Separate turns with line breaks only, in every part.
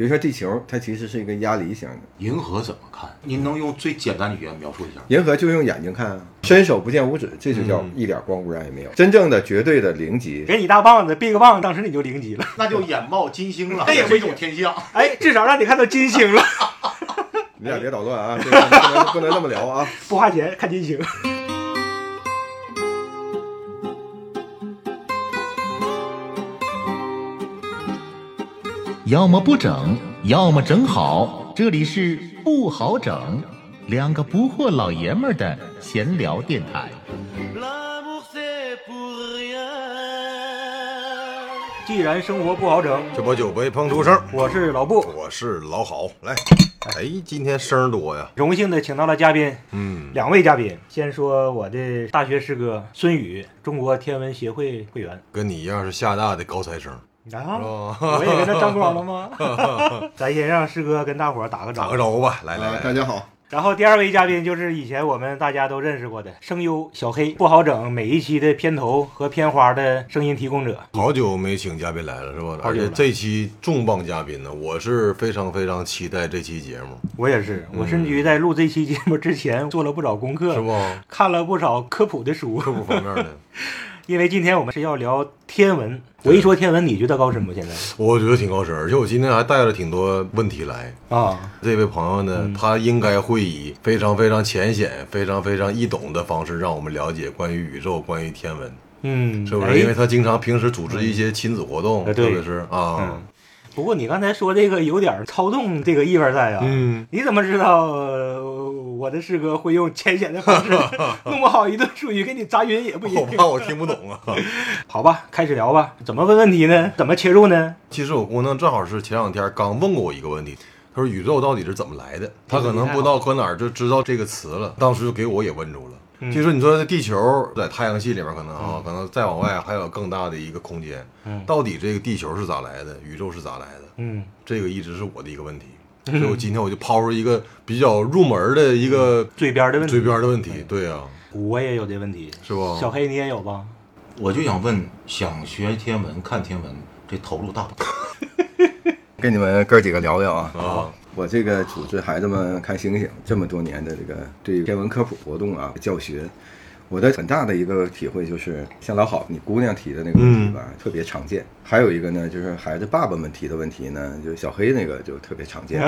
比如说地球，它其实是一个压力箱的，
银河怎么看？您能用最简单的语言描述一下？
银河就用眼睛看啊，伸手不见五指，这就叫一点光污染也没有。真正的绝对的零级，
给你大棒子，Big 棒，当时你就零级了。
那就眼冒金星 了，
那也
是
不
一种天象。
哎， 至少让你看到金星 了，
你俩别捣乱 啊，这个不能不能那么聊啊。
不花钱看金星。
要么不整，要么整好。这里是不好整，两个不惑老爷们儿的闲聊电台。
L'amour c'est pour rien.
既然生活不好整，
这波酒杯碰出声，
我是老布，
我是老好，来，哎，今天声儿多呀，
荣幸的请到了嘉宾，
嗯，
两位嘉宾。先说我的大学师哥孙宇，中国天文协会会员。
跟你一样是厦大的高材生，
啊，
哦，
我也跟他沾光了 吗？咱先让师哥跟大伙儿打个招
打
呼
个。招呼吧，来
啊，
来
大
来，
家 好，
然后第二位嘉宾就是以前我们大家都认识过的声优小黑，不好整每一期的片头和片花的声音提供者。
好久没请嘉宾来了是吧？
好
而
久
且
了
这期重磅嘉宾呢，我是非常非常期待这期节目，
我也是，我甚至于在录这期节目之前做了不少功课，
是不？
看了不少科普的 书，
各不方面的，
因为今天我们是要聊天文。我一说天文，你觉得高深不？现在
我觉得挺高深，而且我今天还带了挺多问题来。
啊，
这位朋友呢，他应该会以非常非常浅显、非常非常易懂的方式，让我们了解关于宇宙、关于天文。
嗯，
是不
哎
是？因为他经常平时组织一些亲子活动，
呃
特
对
别是啊
嗯，不过你刚才说这个有点操纵这个意味在啊，
嗯，
你怎么知道呃我的师哥会用浅显的方式弄不好一顿术语给你砸晕也不一
我
定？
怕我听不懂啊。
好吧，开始聊吧。怎么问问题呢？怎么切入呢？
其实我姑娘正好是前两天刚问过我一个问题，她说宇宙到底是怎么来的？她可能不知道搁哪儿就知道这个词
嗯
了，当时就给我也问住了。其实你说地球在太阳系里面可能
嗯
啊，可能再往外还有更大的一个空间，到底这个地球是咋来的，宇宙是咋来的？
嗯，
这个一直是我的一个问题，所以我今天我就抛出一个比较入门的一个
嘴边的问题，
嘴边的哦问
嗯
题，对啊，
我也有这问题，
是不？
小黑你也有吧？
我就想问，想学天文、看天文，这投入大不大？
跟你们哥几个聊聊啊。
啊，
我这个组织孩子们看星星这么多年的这个对天文科普活动啊教学，我的很大的一个体会就是，像老好你姑娘提的那个问题吧，特别常见。还有一个呢，就是孩子爸爸们提的问题呢，就是小黑那个就特别常见。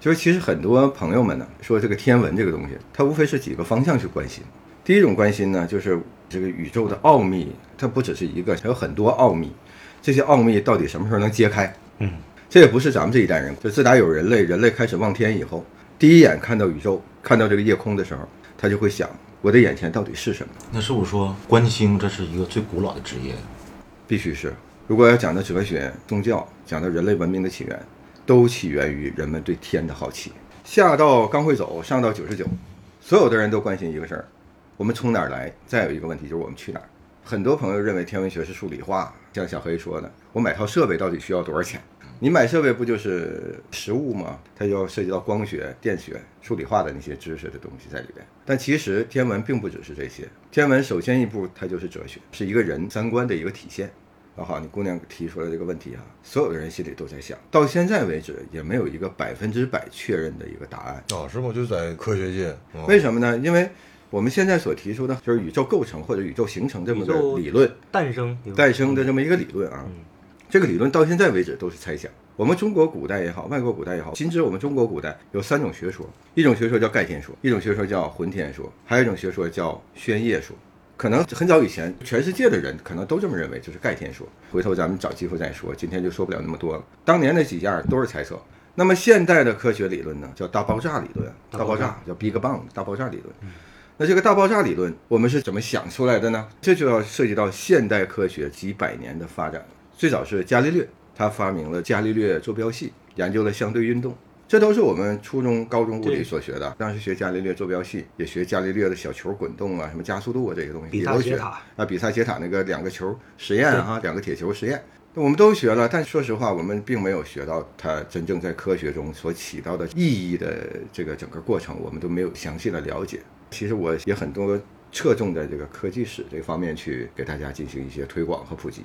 就是其实很多朋友们呢说这个天文这个东西，它无非是几个方向去关心。第一种关心呢，就是这个宇宙的奥秘，它不只是一个，它有很多奥秘。这些奥秘到底什么时候能揭开？
嗯，
这也不是咱们这一代人，就自打有人类，人类开始望天以后，第一眼看到宇宙，看到这个夜空的时候，他就会想，我的眼前到底是什么？
那是不是说观星这是一个最古老的职业？
必须是，如果要讲到哲学、宗教，讲到人类文明的起源，都起源于人们对天的好奇。下到刚会走，上到九十九，所有的人都关心一个事儿：我们从哪儿来？再有一个问题就是我们去哪儿。很多朋友认为天文学是数理化，像小黑说的，我买套设备到底需要多少钱？你买设备不就是实物吗？它要涉及到光学、电学、数理化的那些知识的东西在里边。但其实天文并不只是这些，天文首先一步它就是哲学，是一个人三观的一个体现。老好，你姑娘提出了这个问题哈、啊所有的人心里都在想，到现在为止也没有一个百分之百确认的一个答案。
啊，是吗？就在科学界，嗯
为什么呢？因为我们现在所提出的就是宇宙构成或者宇宙形成这么
宇宙
个理论，
诞生，
诞生的这么一个理论啊。这个理论到现在为止都是猜想。我们中国古代也好，外国古代也好，今之我们中国古代有三种学说，一种学说叫盖天说，一种学说叫浑天说，还有一种学说叫宣夜说。可能很早以前，全世界的人可能都这么认为，就是盖天说。回头咱们找机会再说，今天就说不了那么多了。当年那几样都是猜测。那么现代的科学理论呢，叫大爆炸理论，大爆炸叫 Big Bang 大爆炸理论。那这个大爆炸理论，我们是怎么想出来的呢？这就要涉及到现代科学几百年的发展。最早是伽利略，他发明了伽利略坐标系，研究了相对运动，这都是我们初中、高中物
对
理所学的。当时学伽利略坐标系，也学伽利略的小球滚动啊，什么加速度啊这个东西，
比
也
萨
都
斜
学
塔
啊，比萨斜塔那个两个球实验啊，两个铁球实验。我们都学了，但说实话，我们并没有学到它真正在科学中所起到的意义的这个整个过程，我们都没有详细的了解。其实我也很多侧重在这个科技史这方面去给大家进行一些推广和普及。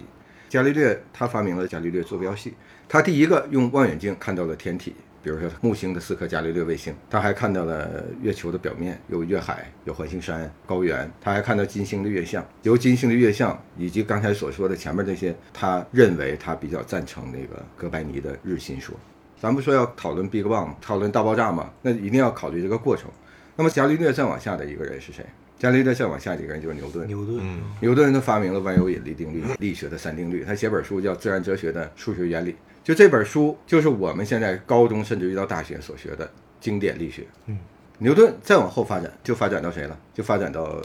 伽利略他发明了伽利略坐标系，他第一个用望远镜看到了天体，比如说木星的四颗伽利略卫星，他还看到了月球的表面有月海、有环形山、高原，他还看到金星的月相，由金星的月相以及刚才所说的前面这些，他认为他比较赞成那个哥白尼的日心说。咱不说要讨论 Big Bang，讨论大爆炸嘛，那一定要考虑这个过程。那么伽利略再往下的一个人是谁？伽利略再往下一个人就是牛顿。
牛顿，
牛顿他发明了万有引力定律、力学的三定律，他写本书叫《自然哲学的数学原理》，就这本书就是我们现在高中甚至于到大学所学的经典力学。
嗯，
牛顿再往后发展就发展到谁了？就发展到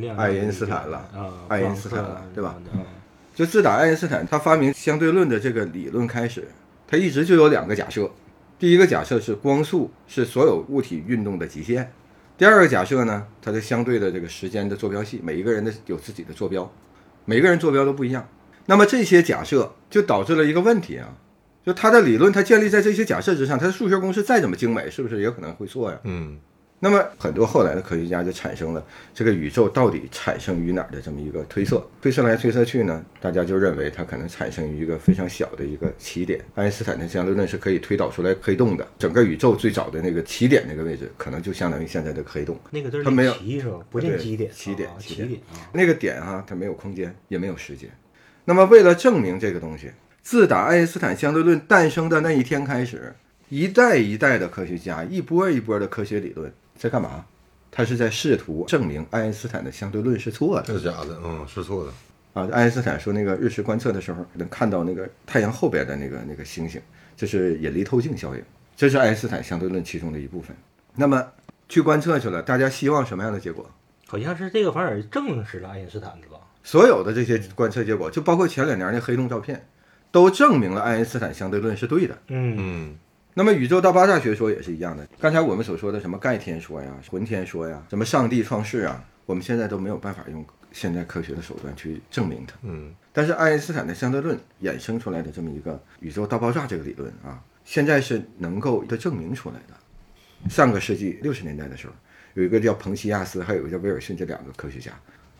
亮
爱因斯坦了
啊，
爱因斯坦了对吧
嗯
就自打爱因斯坦他发明相对论的这个理论开始，他一直就有两个假设，第一个假设是光速是所有物体运动的极限，第二个假设呢，它的相对的这个时间的坐标系，每一个人的有自己的坐标，每个人坐标都不一样。那么这些假设就导致了一个问题啊，就他的理论它建立在这些假设之上，它的数学公式再怎么精美，是不是也可能会错呀？
嗯，
那么很多后来的科学家就产生了这个宇宙到底产生于哪儿的这么一个推测，推测来推测去呢，大家就认为它可能产生于一个非常小的一个起点。爱因斯坦的相对论是可以推导出来黑洞的，整个宇宙最早的那个起点那个位置，可能就相当于现在的黑洞。
那个字儿
他没
念
有
奇是吧？不念
对
基点，
起点
啊
起
起
点
点啊，
那个点哈、它没有空间，也没有时间。那么为了证明这个东西，自打爱因斯坦相对论诞生的那一天开始，一代一代的科学家，一波一波的科学理论在干嘛？他是在试图证明爱因斯坦的相对论是错的
这是假的，嗯，是错的，
啊！爱因斯坦说那个日食观测的时候，能看到那个太阳后边的那个那个星星，这是引力透镜效应，这是爱因斯坦相对论其中的一部分。那么去观测去了，大家希望什么样的结果？
好像是这个反而证实了爱因斯坦的吧？
所有的这些观测结果，就包括前两年那黑洞照片，都证明了爱因斯坦相对论是对的。
嗯
嗯，
那么宇宙大爆炸学说也是一样的。刚才我们所说的什么盖天说呀、浑天说呀、什么上帝创世啊，我们现在都没有办法用现代科学的手段去证明它。
嗯，
但是爱因斯坦的相对论衍生出来的这么一个宇宙大爆炸这个理论啊，现在是能够的证明出来的。上个世纪六十年代的时候，有一个叫彭西亚斯，还有一个叫威尔逊这两个科学家，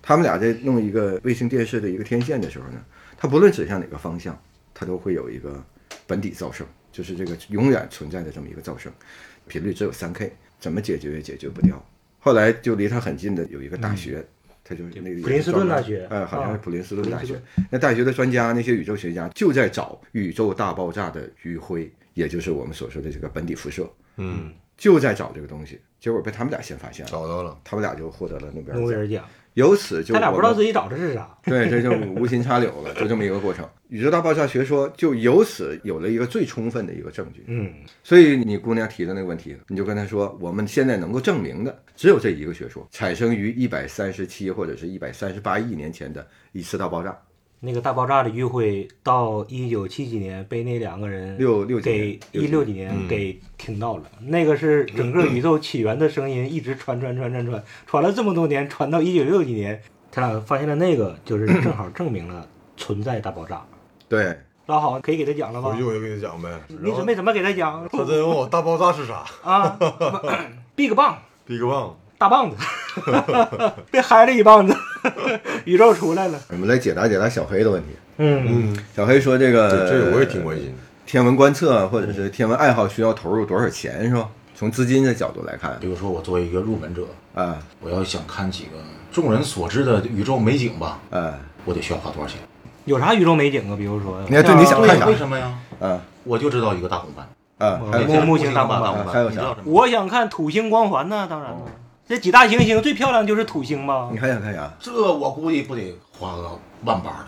他们俩在弄一个卫星电视的一个天线的时候呢，它不论指向哪个方向，它都会有一个本底噪声，就是这个永远存在的这么一个噪声，频率只有三 K，怎么解决也解决不掉。后来就离它很近的有一个大学，它就是那个
嗯普林斯顿大学
呃，好像是
啊
普林斯顿
普林
大
斯
学
顿，
那大学的专家那些宇宙学家就在找宇宙大爆炸的余晖，也就是我们所说的这个本底辐射，
嗯，
就在找这个东西，结果被他们俩先发现了，
找到了，
他们俩就获得了诺贝
诺
尔奖。
贝尔奖，
由此嗯就
他俩
我
不知道
们
自己找的是啥。
对，这就无心插柳了，就这么一个过程。宇宙大爆炸学说就由此有了一个最充分的一个证据。
嗯，
所以你姑娘提的那个问题，你就跟她说，我们现在能够证明的只有这一个学说，产生于一百三十七或者是一百三十八亿年前的一次大爆炸。
那个大爆炸的余晖到一九七几年被那两个人
六六几
给
年嗯
一六几年给听到了，那个是整个宇宙起源的声音，一直传传传传传传了这么多年，传到一九六几年，他俩发现了那个，就是正好证明了存在大爆炸。
对，
老好，可以给他讲了吧
回去？我就跟你讲呗。
你准备怎么给他讲
他真问我大爆炸是啥
啊 ？Big Bang，
？Big Bang，
大棒子， 被嗨了一棒子， 宇宙出来了。
我们来解答解答小黑的问题。
嗯，
嗯，
小黑说这个，
这这我也挺关心。
天文观测或者是
嗯
天文爱好需要投入多少钱是吧？从资金的角度来看
比如说我作为一个入门者，
啊
我要想看几个众人所知的宇宙美景吧，
啊，
我得需要花多少钱？
有啥宇宙美景啊？比如说，
你看对你想看
为
啥
什么呀？
啊
我就知道一个大红斑，
啊？还有
木
啥
木星大红
红
斑
大红
还有啥
斑，你知道什么？
我想看土星光环呢，当然了。这几大行星最漂亮就是土星吧
你？还想看啥？
这我估计不得花个万八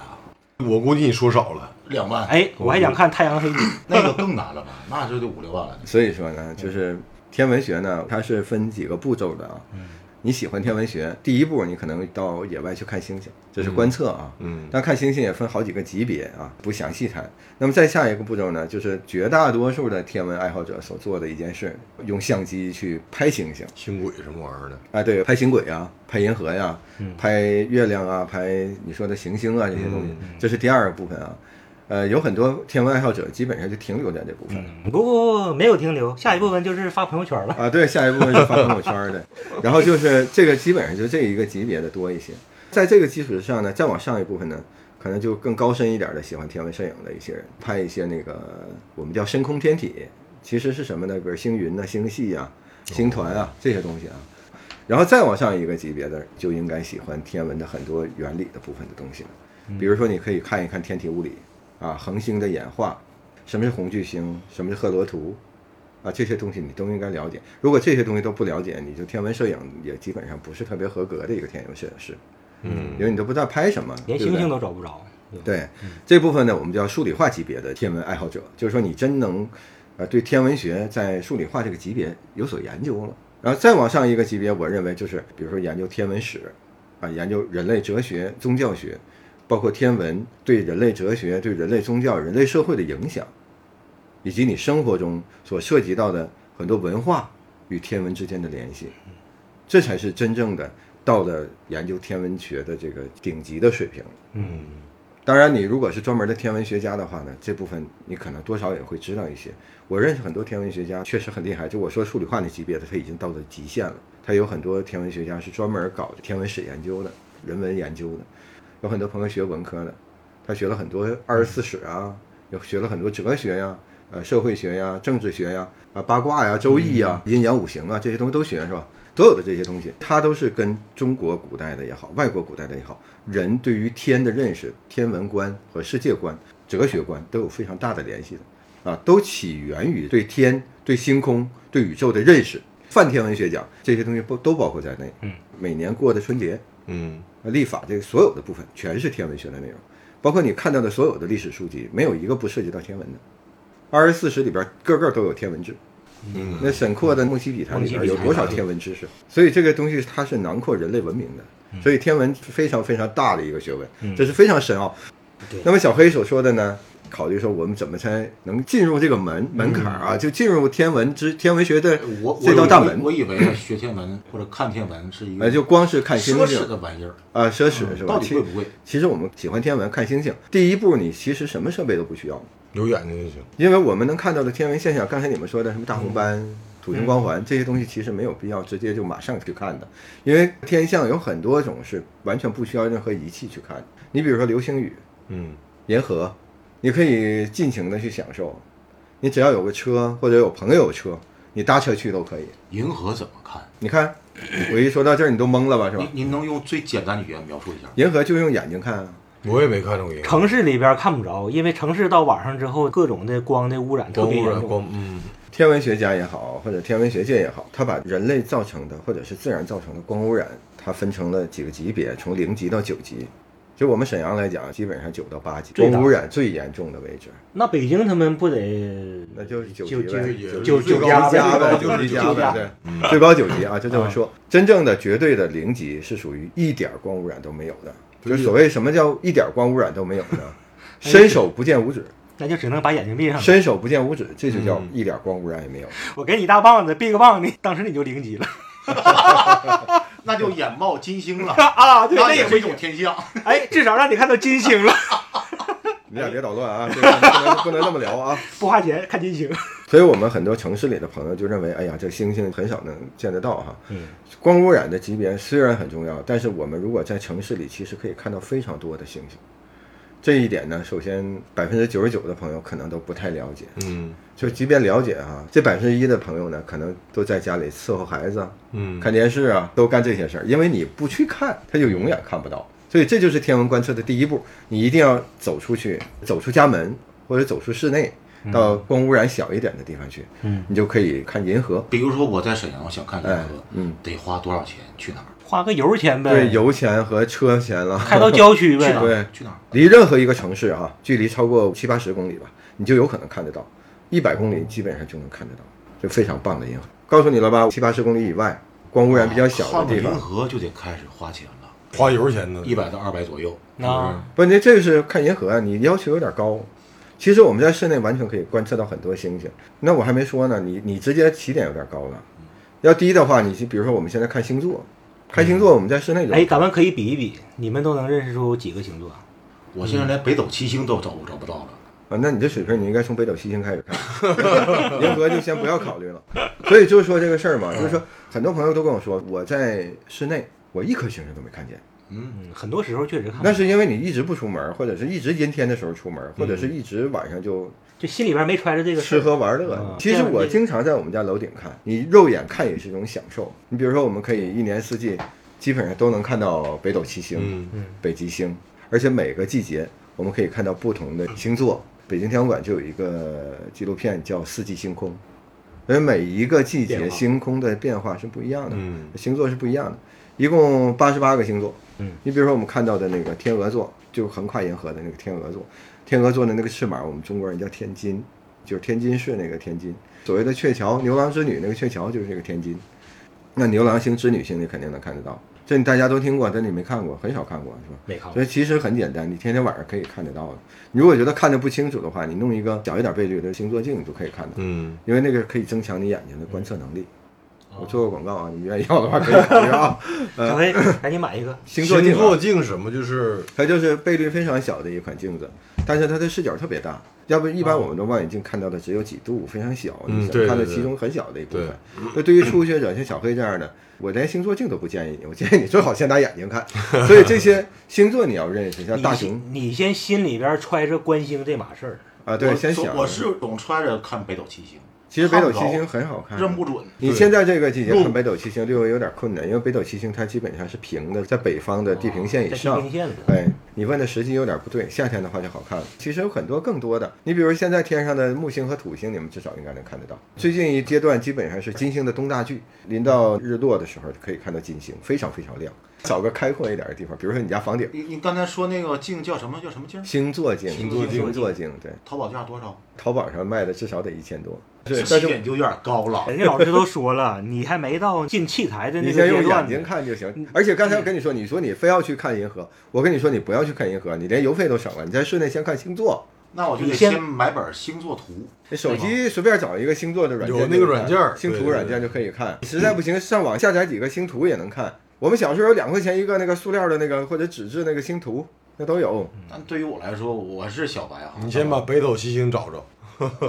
的，
我估计你说少了，
两万，
哎，我还想看太阳 黑子。
那个更难了吧？那就得五六万了。
所以说
嗯
呢，就是天文学呢，它是分几个步骤的啊。
嗯
你喜欢天文学，第一步你可能到野外去看星星，这是观测啊。
嗯
但看星星也分好几个级别啊，不详细谈。那么再下一个步骤呢，就是绝大多数的天文爱好者所做的一件事，用相机去拍星星。
星轨什么玩意儿的，
啊，对，拍星轨啊，拍银河呀、拍月亮啊，拍你说的行星啊这些东西，这是第二个部分啊。呃，有很多天文爱好者基本上就停留在这部分。
不不不，没有停留，下一部分就是发朋友圈了。
啊，对，下一部分是发朋友圈儿的，然后就是这个基本上就这一个级别的多一些，在这个基础之上呢，再往上一部分呢，可能就更高深一点的喜欢天文摄影的一些人，拍一些那个我们叫深空天体，其实是什么呢？比如星云呐、星系啊、星团啊这些东西啊。然后再往上一个级别的，就应该喜欢天文的很多原理的部分的东西了。比如说，你可以看一看天体物理啊，恒星的演化，什么是红巨星，什么是赫罗图，啊，这些东西你都应该了解。如果这些东西都不了解，你就天文摄影也基本上不是特别合格的一个天文摄影师。嗯，因为你都不知道拍什么，对
连
不
星
对
星都找不着。
对这部分呢，我们叫数理化级别的天文爱好者，就是说你真能，呃，对天文学在数理化这个级别有所研究了。然后再往上一个级别，我认为就是比如说研究天文史，啊，研究人类哲学、宗教学，包括天文对人类哲学、对人类宗教、人类社会的影响，以及你生活中所涉及到的很多文化与天文之间的联系，这才是真正的到了研究天文学的这个顶级的水平。当然，你如果是专门的天文学家的话呢，这部分你可能多少也会知道一些。我认识很多天文学家，确实很厉害。就我说数理化那级别的，他已经到了极限了。他有很多天文学家是专门搞天文史研究的、人文研究的，有很多朋友学文科的，他学了很多二十四史啊，有学了很多哲学呀、呃社会学呀、政治学呀、啊八卦呀、周易呀、阴阳五行啊这些东西都学是吧？所有的这些东西，它都是跟中国古代的也好，外国古代的也好，人对于天的认识、天文观和世界观、哲学观都有非常大的联系的，啊，都起源于对天、对星空、对宇宙的认识。泛天文学讲，这些东西不都包括在内。嗯，每年过的春节，
嗯，
呃立法这个所有的部分全是天文学的内容，包括你看到的所有的历史书籍，没有一个不涉及到天文的。二十四史里边个个都有天文志，嗯，那沈括的《梦溪笔谈》里边有多少天文知识？所以这个东西它是囊括人类文明的，所以天文是非常非常大的一个学问，这是非常深奥。那么小黑所说的呢？考虑说我们怎么才能进入这个门门槛啊？就进入天文之天文学的
我我
这道大门
我，以为学天文或者看天文是一
呃，
个
就光是看星
奢侈
星
的玩意儿，
啊，奢侈是吧？
嗯到底
其
贵不贵？
其实我们喜欢天文看星星，第一步你其实什么设备都不需要，
有眼睛就行。
因为我们能看到的天文现象，刚才你们说的什么大红斑、
嗯
土星光环这些东西，其实没有必要直接就马上去看的，因为天象有很多种是完全不需要任何仪器去看的。你比如说流星雨、
嗯，
银河，你可以尽情的去享受，你只要有个车或者有朋友有车，你搭车去都可以。
银河怎么看？
你看，我一说到这儿你都懵了吧，是吧？
您您能用最简单的语言描述一下？
银河就用眼睛看啊。
我也没看中银河，
城市里边看不着，因为城市到晚上之后，各种的光的污染特
光
别
污
严
染
重。
光，嗯，
天文学家也好，或者天文学界也好，他把人类造成的或者是自然造成的光污染，它分成了几个级别，从零级到九级。就我们沈阳来讲，基本上九到八级，
最大
光污染最严重的位置，
那北京他们不得
那就是九级
就就
呗，
就
就
最
就
高
加
加呗，
呗
九级
就
加
就
呗，
加
对，最高九级啊，就这么说。真正的绝对的零级是属于一点光污染都没有的，就是所谓什么叫一点光污染都没 有呢？伸手不见五指，
那就只能把眼睛闭上了。
伸手不见五指，这就叫一点光污染也没有。
我给你大棒子，闭个棒，你当时你就零级了
那就眼冒金星 了，
啊！对，那
那也是
不
一种天象。
哎，至少让你看到金星了，
你俩别捣乱啊，这个不能不能这么聊啊。
不花钱看金星。
所以我们很多城市里的朋友就认为，哎呀，这星星很少能见得到哈。嗯，光污染的级别虽然很重要，但是我们如果在城市里，其实可以看到非常多的星星。这一点呢，首先百分之九十九的朋友可能都不太了解，
嗯
就即便了解啊，这百分之一的朋友呢，可能都在家里伺候孩子啊、
嗯，
看电视啊，都干这些事儿。因为你不去看，他就永远看不到。所以这就是天文观测的第一步，你一定要走出去，走出家门或者走出室内，到光污染小一点的地方去，嗯，你就可以看银河。
比如说我在沈阳，我想看银
哎
河，
嗯，
得花多少钱？去哪儿？
花个油钱呗，
对，油钱和车钱了，
开到郊区呗。啊
对，
去哪儿？
离任何一个城市啊，距离超过七八十公里吧，你就有可能看得到，一百公里基本上就能看得到，这非常棒的银河。告诉你了吧，七八十公里以外，光污染比较小
啊看
的地
了
方嗯
银，河就得开始花钱了，
花油钱呢，
一百到二百左右。
啊，
不，那这是看银河啊，你要求有点高。其实我们在室内完全可以观测到很多星星。那我还没说呢，你你直接起点有点高了。要低的话，你就比如说我们现在看星座，看星座我们在室内就
哎，咱们可以比一比，你们都能认识出几个星座？啊
我现在连北斗七星都找找不到了。
啊，那你这水平你应该从北斗七星开始看， 银河就先不要考虑了。所以就是说这个事儿嘛，就是说很多朋友都跟我说，我在室内我一颗星星都没看见，
嗯，很多时候确实看不
那
到，
是因为你一直不出门，或者是一直阴天的时候出门，或者是一直晚上就
就心里边没揣着这个事
吃
儿。
喝玩乐。
嗯
其实我经常在我们家楼顶看，你肉眼看也是一种享受。你比如说，我们可以一年四季基本上都能看到北斗七星、
嗯
北极星，而且每个季节我们可以看到不同的星座。北京天文馆就有一个纪录片叫《四季星空》，而每一个季节
变化
星空的变化是不一样的，
嗯
星座是不一样的，一共八十八个星座。
嗯，
你比如说我们看到的那个天鹅座，就是横跨银河的那个天鹅座，天鹅座的那个翅膀，我们中国人叫天津，就是天津市那个天津。所谓的鹊桥，牛郎织女那个鹊桥就是这个天津。那牛郎星、织女星你肯定能看得到，这你大家都听过，但你没看过，很少看过，是吧？
没看过
所以其实很简单，你天天晚上可以看得到的。你如果觉得看得不清楚的话，你弄一个小一点倍率的星座镜，你就可以看到，
嗯，
因为那个可以增强你眼睛的观测能力。我做个广告啊，你愿意要的话可以考虑啊。
小黑，赶紧买一个。
星座镜、啊，
镜是什么？就是
它就是倍率非常小的一款镜子，但是它的视角特别大。要不一般我们的望远镜看到的只有几度，非常小，
嗯
你
对
想
对
看到
对
其中很小的一部分。那对于初学者像小黑这样的，我连星座镜都不建议你，我建议你最好先拿眼睛 看。所以这些星座你要认识，像
你
大
先
熊
你先心里边揣着观星这码事儿，
啊，对，
我
先
总
想。
我是总揣着看北斗七星，
其实北斗七
看不
星
着
很好看，
认不准。
你
对
现在这个季节
路
看北斗七星略微有点困难，因为北斗七星它基本上是平的，在北方的地平线以
在地
上。
平线呢。
哎，你问的时机有点不对，夏天的话就好看了。其实有很多更多的，你比如现在天上的木星和土星，你们至少应该能看得到。最近一阶段基本上是金星的东大距，临到日落的时候可以看到金星，非常非常亮。找个开阔一点的地方，比如说你家房顶，
你你刚才说那个镜叫什么叫什么镜？
星座镜，
星座镜
星座镜，对，
淘宝价多少？
淘宝上卖的至少得一千多。对，但
起
是哎
点就有点高了。
人家老师都说了，你还没到进器材的嗯
你
那个
先用
阶
眼
段
睛
呢。
看就行。而且刚才我跟你说，你说你非要去看银河，我跟你说你不要去看银河，你连邮费都省了，你再顺便先看星座。
那我就
你
得
先
先买本星座图。
你手机随便找一个星座的软件就
有
能看，
那个软件儿
星
对
图
对
软件就可以看。实在不行，上网下载几个星图也能看。我们小时候有两块钱一个那个塑料的那个或者纸质那个星图，那都 有。
但对于我来说，我是小白啊。
你先把北斗七星找着，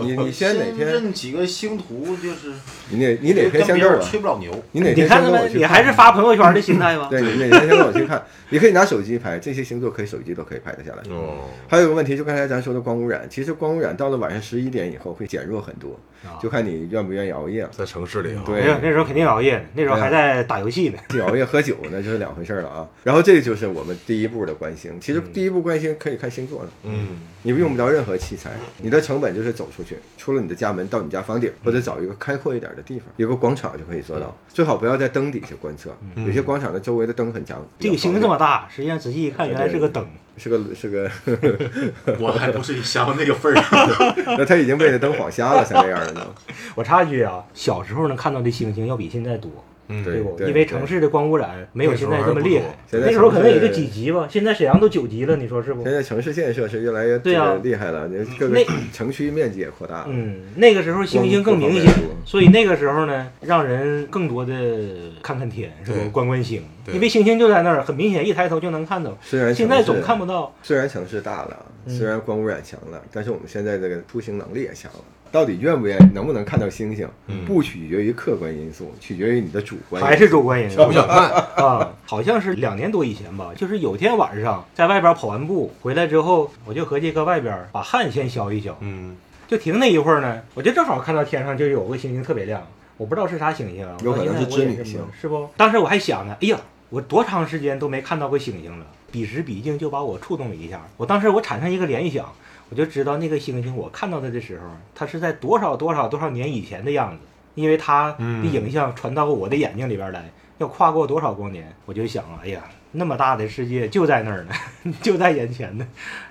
你你先哪天，
认几个星图，就是
你哪你哪天
跟
先
别
跟
人
我，
吹不了牛。
你哪
你
天
看
先
他
跟我
们，
去看。
你还是发朋友圈的心态吧。
对，你哪天先跟我去看。你可以拿手机拍，这些星座可以手机都可以拍得下来。
哦，
还有一个问题，就刚才咱说的光污染，其实光污染到了晚上十一点以后会减弱很多，
啊
就看你愿不愿意熬夜了。
在城市里啊，
对
没哎有，那时候肯定熬夜呢，那时
啊
候还在打游戏呢。
熬夜喝酒那就是两回事儿了啊。然后这就是我们第一步的观星，其实
嗯
第一步观星可以看星座的，
嗯，
你用不着任何器材，你的成本就是走出去，出了你的家门到你家房顶，
嗯
或者找一个开阔一点的地方，有个广场就可以做到。最好不要在灯底下观测，有些广场的周围的灯很强，
嗯这个星
星
这么大，实际上仔细一看，原来是个灯。
是个是个，
我还不是你想的那个份儿上。
那他已经被那灯晃瞎了才那样的 呢。
我插一句啊，小时候能看到的星星要比现在多，
对
不？
对
因为城市的光污染没有现在这么厉害，
现在
那时候可能也就
城市
几级吧，现在沈阳都九级了，你说是不
现？在城市建设是越来越
对啊
这个厉害了，你各个
那
城区面积也扩
啊
大了。
嗯，那个时候星星更明显
光不好，
所以那个时候呢，让人更多的看看天，是吧
对？
观观星，
对
因为星星就在那儿，很明显，一抬头就能看到。
虽然
现在
城
总
市
看不到，
虽然城市大了，
嗯
虽然光污染强了，但是我们现在这个出行能力也强了。到底愿不愿意，能不能看到星星，不取决于客观因素，取决于你的主观因素。
嗯还是主观因素
不想看，
啊。好像是两年多以前吧，就是有天晚上在外边跑完步回来之后，我就合计搁外边把汗先消一消，
嗯，
就停那一会儿呢，我就正好看到天上就有个星星特别亮，我不知道是啥星星啊，
有可能
我
是
现在我也
织女星
是不是不？当时我还想呢，哎呀，我多长时间都没看到过星星了，彼时彼境就把我触动了一下。我当时我产生一个联想，我就知道那个星星我看到它的时候，它是在多少多少多少年以前的样子，因为它的影像传到我的眼睛里边来，要跨过多少光年，我就想啊，哎呀，那么大的世界就在那儿呢， 就在眼前呢。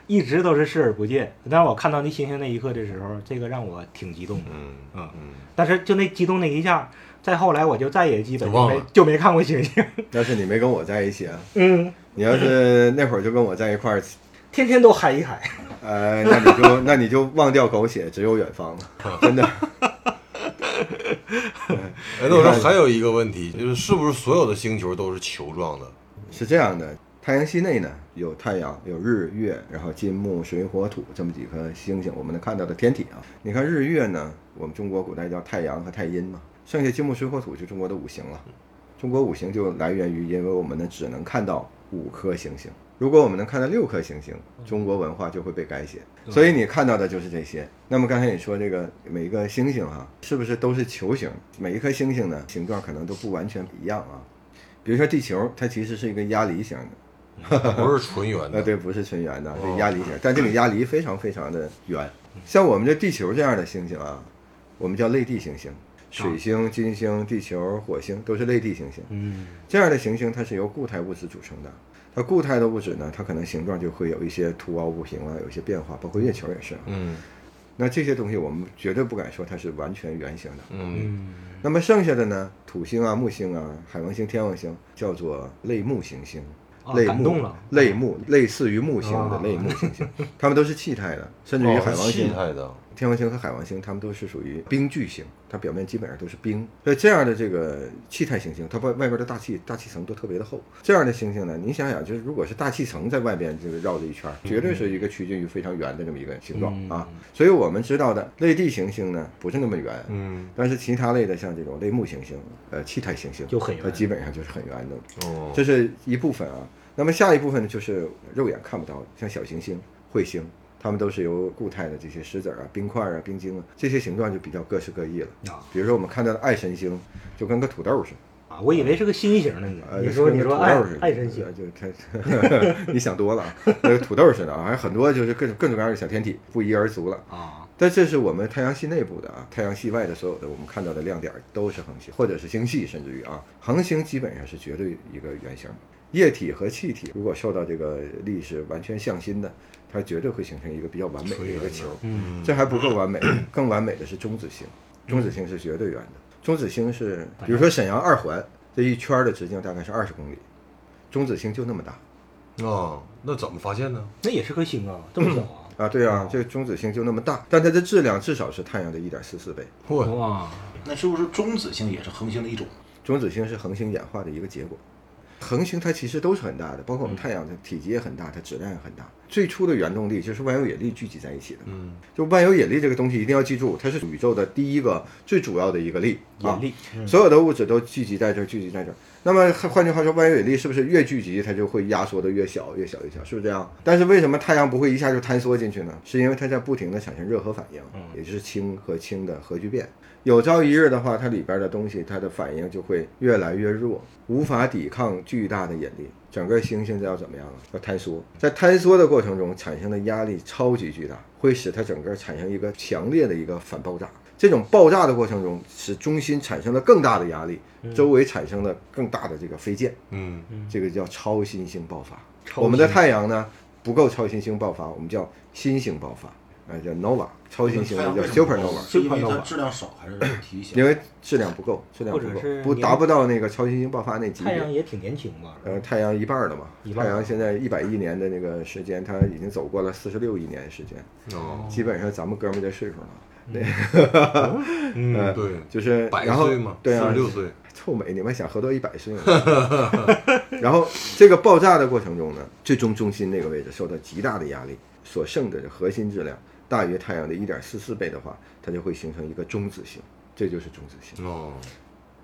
一直都是视而不见。当我看到那星星那一刻的时候，这个让我挺激动的。
嗯
嗯
嗯，
但是就那激动那一下，再后来我就再也基本
就
就
忘
没
了
就没看过星 星。
但是你没跟我在一起啊，
嗯，
你要 是那会儿就跟我在一块儿，
天天都嗨一嗨。
呃，那你就那你就忘掉狗血，只有远 方了，真的。
哎，那我说还有一个问题，就是是不是所有的星球都是球状 的？
是这样的，太阳系内呢有太阳、有日月，然后金木水火土这么几颗星星，我们能看到的天体啊。你看日月呢，我们中国古代叫太阳和太阴嘛，剩下金木水火土是中国的五行了。中国五行就来源于，因为我们呢只能看到五颗行星。如果我们能看到六颗行星，中国文化就会被改写。所以你看到的就是这些。那么刚才你说这个每一个星星哈、是不是都是球形？每一颗星星呢，形状可能都不完全一样啊。比如说地球，它其实是一个鸭梨形的，
不是纯圆
呃，
的，
对，不是纯圆的，是鸭梨形，但这个鸭梨非常非常的圆。像我们这地球这样的星星啊，我们叫类地行星，水星、金星、地球、火星都是类地行星。
嗯，
这样的行星它是由固态物质组成的，它固态的物质呢，它可能形状就会有一些凸凹不平啊，有一些变化，包括月球也是啊。
嗯
那这些东西我们绝对不敢说它是完全圆形的。
嗯
那么剩下的呢，土星啊、木星啊、海王星、天王星叫做类木行星。
哦
类
感
木、
动了哦
类木类似于木星的类木行 星，它们都是气态的，甚至于
哦
海王
是气
星、
态的，
天王星和海王星，它们都是属于冰巨星，它表面基本上都是冰。所以这样的这个气态行星，它外外边的大气大气层都特别的厚。这样的行星呢，你想想，就是如果是大气层在外边这个绕着一圈儿，绝对是一个趋近于非常圆的这么一个形状、啊。
嗯
所以我们知道的类地行星呢，不是那么圆，
嗯
但是其他类的像这种类木行星、呃气态行星
就很圆
它基本上就是很圆的。
哦，
这是一部分啊。那么下一部分呢，就是肉眼看不到的，像小行星、彗星，它们都是由固态的这些石子儿啊、冰块啊、冰晶啊，这些形状就比较各式各异了
啊。
比如说我们看到的爱神星，就跟个土豆似的。
啊，我以为是个新型的呢
呃，。
啊
嗯
你说
跟
你
个
说
土
爱
豆似的
爱神星
呃，就 它，你想多了啊，那个土豆似的啊，还有很多就是各种各种各样的小天体，不一而足了。
啊，
但这是我们太阳系内部的啊，太阳系外的所有的我们看到的亮点都是恒星，或者是星系，甚至于啊，恒星基本上是绝对一个圆形。液体和气体如果受到这个力是完全向心的，它绝对会形成一个比较完美的一个球。
嗯
这还不够完美，更完美的是中子星，中子星是绝对圆的。中子星是，比如说沈阳二环这一圈的直径大概是二十公里，中子星就那么大
哦，那怎么发现呢？
那也是颗 星啊，这么小啊，
啊！对啊，这中子星就那么大，但它的质量至少是太阳的一点四四倍。
嚯，
哇，
那是不是中子星也是恒星的一种？
中子星是恒星演化的一个结果。恒星它其实都是很大的，包括我们太阳的体积也很大，它质量也很大。最初的原动力就是万有引力聚集在一起的。
嗯，
就万有引力这个东西一定要记住，它是宇宙的第一个最主要的一个力啊
引。力，
所有的物质都聚集在这儿，聚集在这儿。那么换句话说，万有引力是不是越聚集它就会压缩的越小、越小、越小，是不是这样？但是为什么太阳不会一下就坍缩进去呢？是因为它在不停的产生热核反应，也就是氢和氢的核聚变。有朝一日的话，它里边的东西它的反应就会越来越弱，无法抵抗巨大的引力。整个星星要怎么样啊？要坍缩，在坍缩的过程中产生的压力超级巨大，会使它整个产生一个强烈的一个反爆炸。这种爆炸的过程中，使中心产生了更大的压力，
嗯
周围产生了更大的这个飞溅，
嗯
这个叫超新星爆发。
超新
我们的太阳呢不够超新星爆发，我们叫新星爆发，啊、叫 nova，超新星
太阳
叫
为什么不
supernova，
是因为它质量少还是体积小？
因为质量不够，质量不
哦或者
够
是，
不
你
达不到那个超新星爆发那级
太
别
阳。也挺年轻吧？
呃，太阳一半儿了嘛，
一半
太
儿
阳现在一百亿年的那个时间，它已经走过了四十六亿年时间，
哦，
基本上咱们哥们儿这岁数了。
嗯，
对，
就是，
百
呃然后
岁嘛，
对
四
啊
十，六岁，
臭美，你们想活到一百岁吗？ 然后这个爆炸的过程中呢，最终中心那个位置受到极大的压力，所剩的核心质量大于太阳的一点四四倍的话，它就会形成一个中子星，这就是中子星。
哦，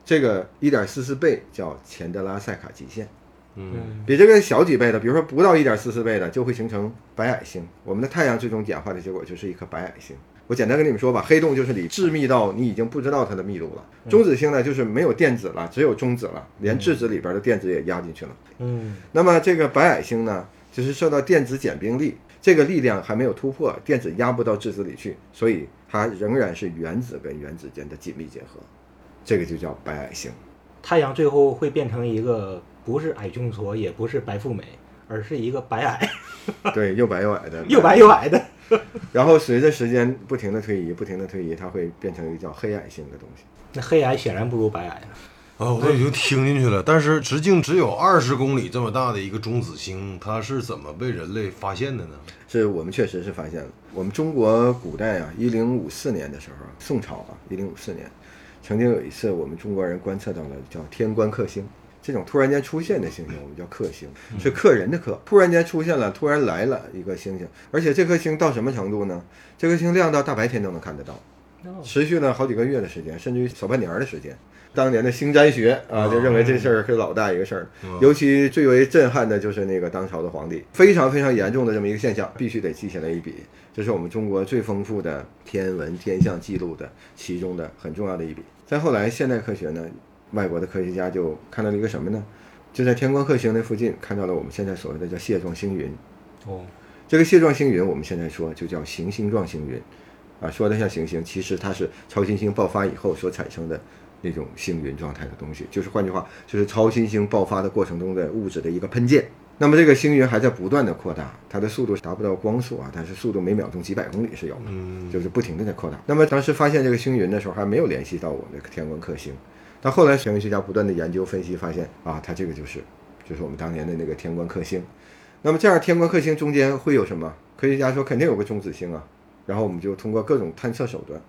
这个一点四四倍叫钱德拉塞卡极限，
嗯
比这个小几倍的，比如说不到一点四四倍的，就会形成白矮星。我们的太阳最终演化的结果就是一颗白矮星。我简单跟你们说吧，黑洞就是你致密到你已经不知道它的密度
嗯
了。中子星呢，就是没有电子了，只有中子了，连质子里边的电子也压进去了。
嗯，
那么这个白矮星呢，就是受到电子减冰力，这个力量还没有突破，电子压不到质子里去，所以它仍然是原子跟原子间的紧密结合，这个就叫白矮星。
太阳最后会变成一个不是矮穷矬，也不是白富美，而是一个白矮，
对，又白又矮的，
又白又矮的。
然后随着时间不停的推移，不停的推移，它会变成一个叫黑矮星的东西。
那黑矮显然不如白矮了。
啊，我都已经听进去了，但是直径只有二十公里这么大的一个中子星，它是怎么被人类发现的呢？
是我们确实是发现了，我们中国古代啊，一零五四年的时候啊，宋朝啊，一零五四年，曾经有一次我们中国人观测到了叫天官克星。这种突然间出现的星星，我们叫克星，是克人的克。突然间出现了，突然来了一个星星，而且这颗星到什么程度呢？这颗星亮到大白天都能看得到，
哦
持续了好几个月的时间，甚至于小半年儿的时间。当年的星占学啊，就认为这事儿是老大一个事儿。尤其最为震撼的就是那个当朝的皇帝，非常非常严重的这么一个现象，必须得记下来一笔。这是我们中国最丰富的天文天象记录的其中的很重要的一笔。再后来，现代科学呢，外国的科学家就看到了一个什么呢？就在天光克星那附近看到了我们现在所谓的叫蟹状星云。
哦，
这个蟹状星云，我们现在说就叫行星状星云，啊，说它像行星，其实它是超新星爆发以后所产生的那种星云状态的东西，就是换句话，就是超新星爆发的过程中的物质的一个喷溅。那么这个星云还在不断的扩大，它的速度达不到光速啊，但是速度每秒钟几百公里是有的，
嗯
就是不停的在扩大。那么当时发现这个星云的时候，还没有联系到我们的天文克星，但后来天文学家不断的研究分析，发现啊，它这个就是，就是我们当年的那个天官克星。那么这样天官克星中间会有什么？科学家说肯定有个中子星啊，然后我们就通过各种探测手段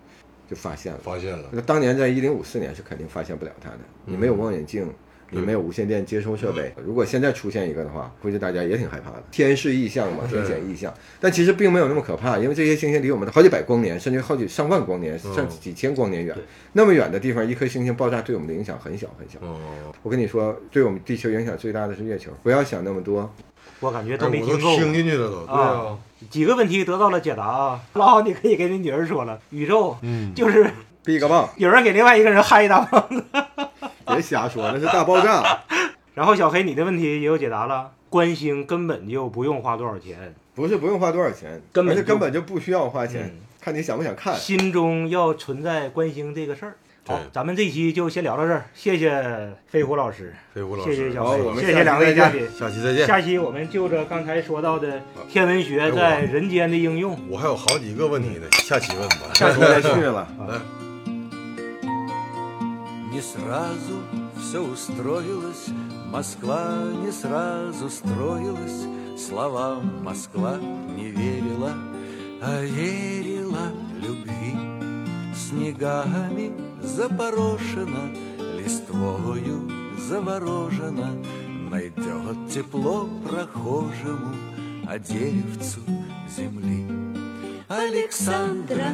就发现了。
发现了，
那当年在一零五四年是肯定发现不了它的，你没有望远镜。你没有无线电接收设备，如果现在出现一个的话，估计大家也挺害怕的。天视异象嘛，天显异象，但其实并没有那么可怕，因为这些星星离我们好几百光年，甚至好几上万光年，甚至几千光年远。那么远的地方，一颗星星爆炸对我们的影响很小很小。
哦，
我跟你说，对我们地球影响最大的是月球，不要想那么多，
我感觉
哎
都没
我都
够。
听进去了都，对
啊
啊，
几个问题得到了解答啊， 老好，你可以给你女儿说了，宇宙，嗯，就是
闭个棒，
有人给另外一个人嗨一大棒。
别瞎说，那是大爆炸，
然后小黑，你的问题也有解答了，观星根本就不用花多少钱，
不是不用花多少钱，
根
而
本就
且根本就不需要花钱，
嗯
看你想不想看。
心中要存在观星这个事儿。好
对，
咱们这期就先聊到这儿，谢谢飞虎老师，
飞哎虎老
谢谢
师，
小
好我
黑，
们
谢
下
谢
期
两位
再
嘉
见
宾。
下期再见。
下期我们就着刚才说到的天文学
哎
在
我
人间的应用，
我还有好几个问题呢，下期问吧。
下次再去 了。
Не сразу все устроилось, Москва не сразу строилась, Словам Москва не верила, а верила любви. Снегами запорошена, листвою заворожена, Найдет тепло прохожему, а деревцу земли.
Александра,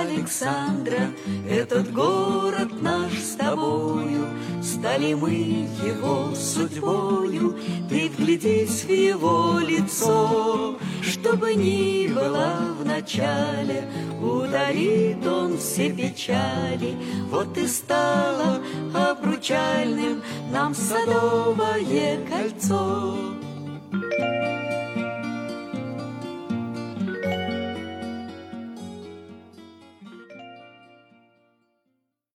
Александра, этот город наш с тобою, стали мы его судьбою, ты вглядись в его лицо, чтобы ни было в начале, ударит он все печали, вот и стало обручальным нам садовое кольцо.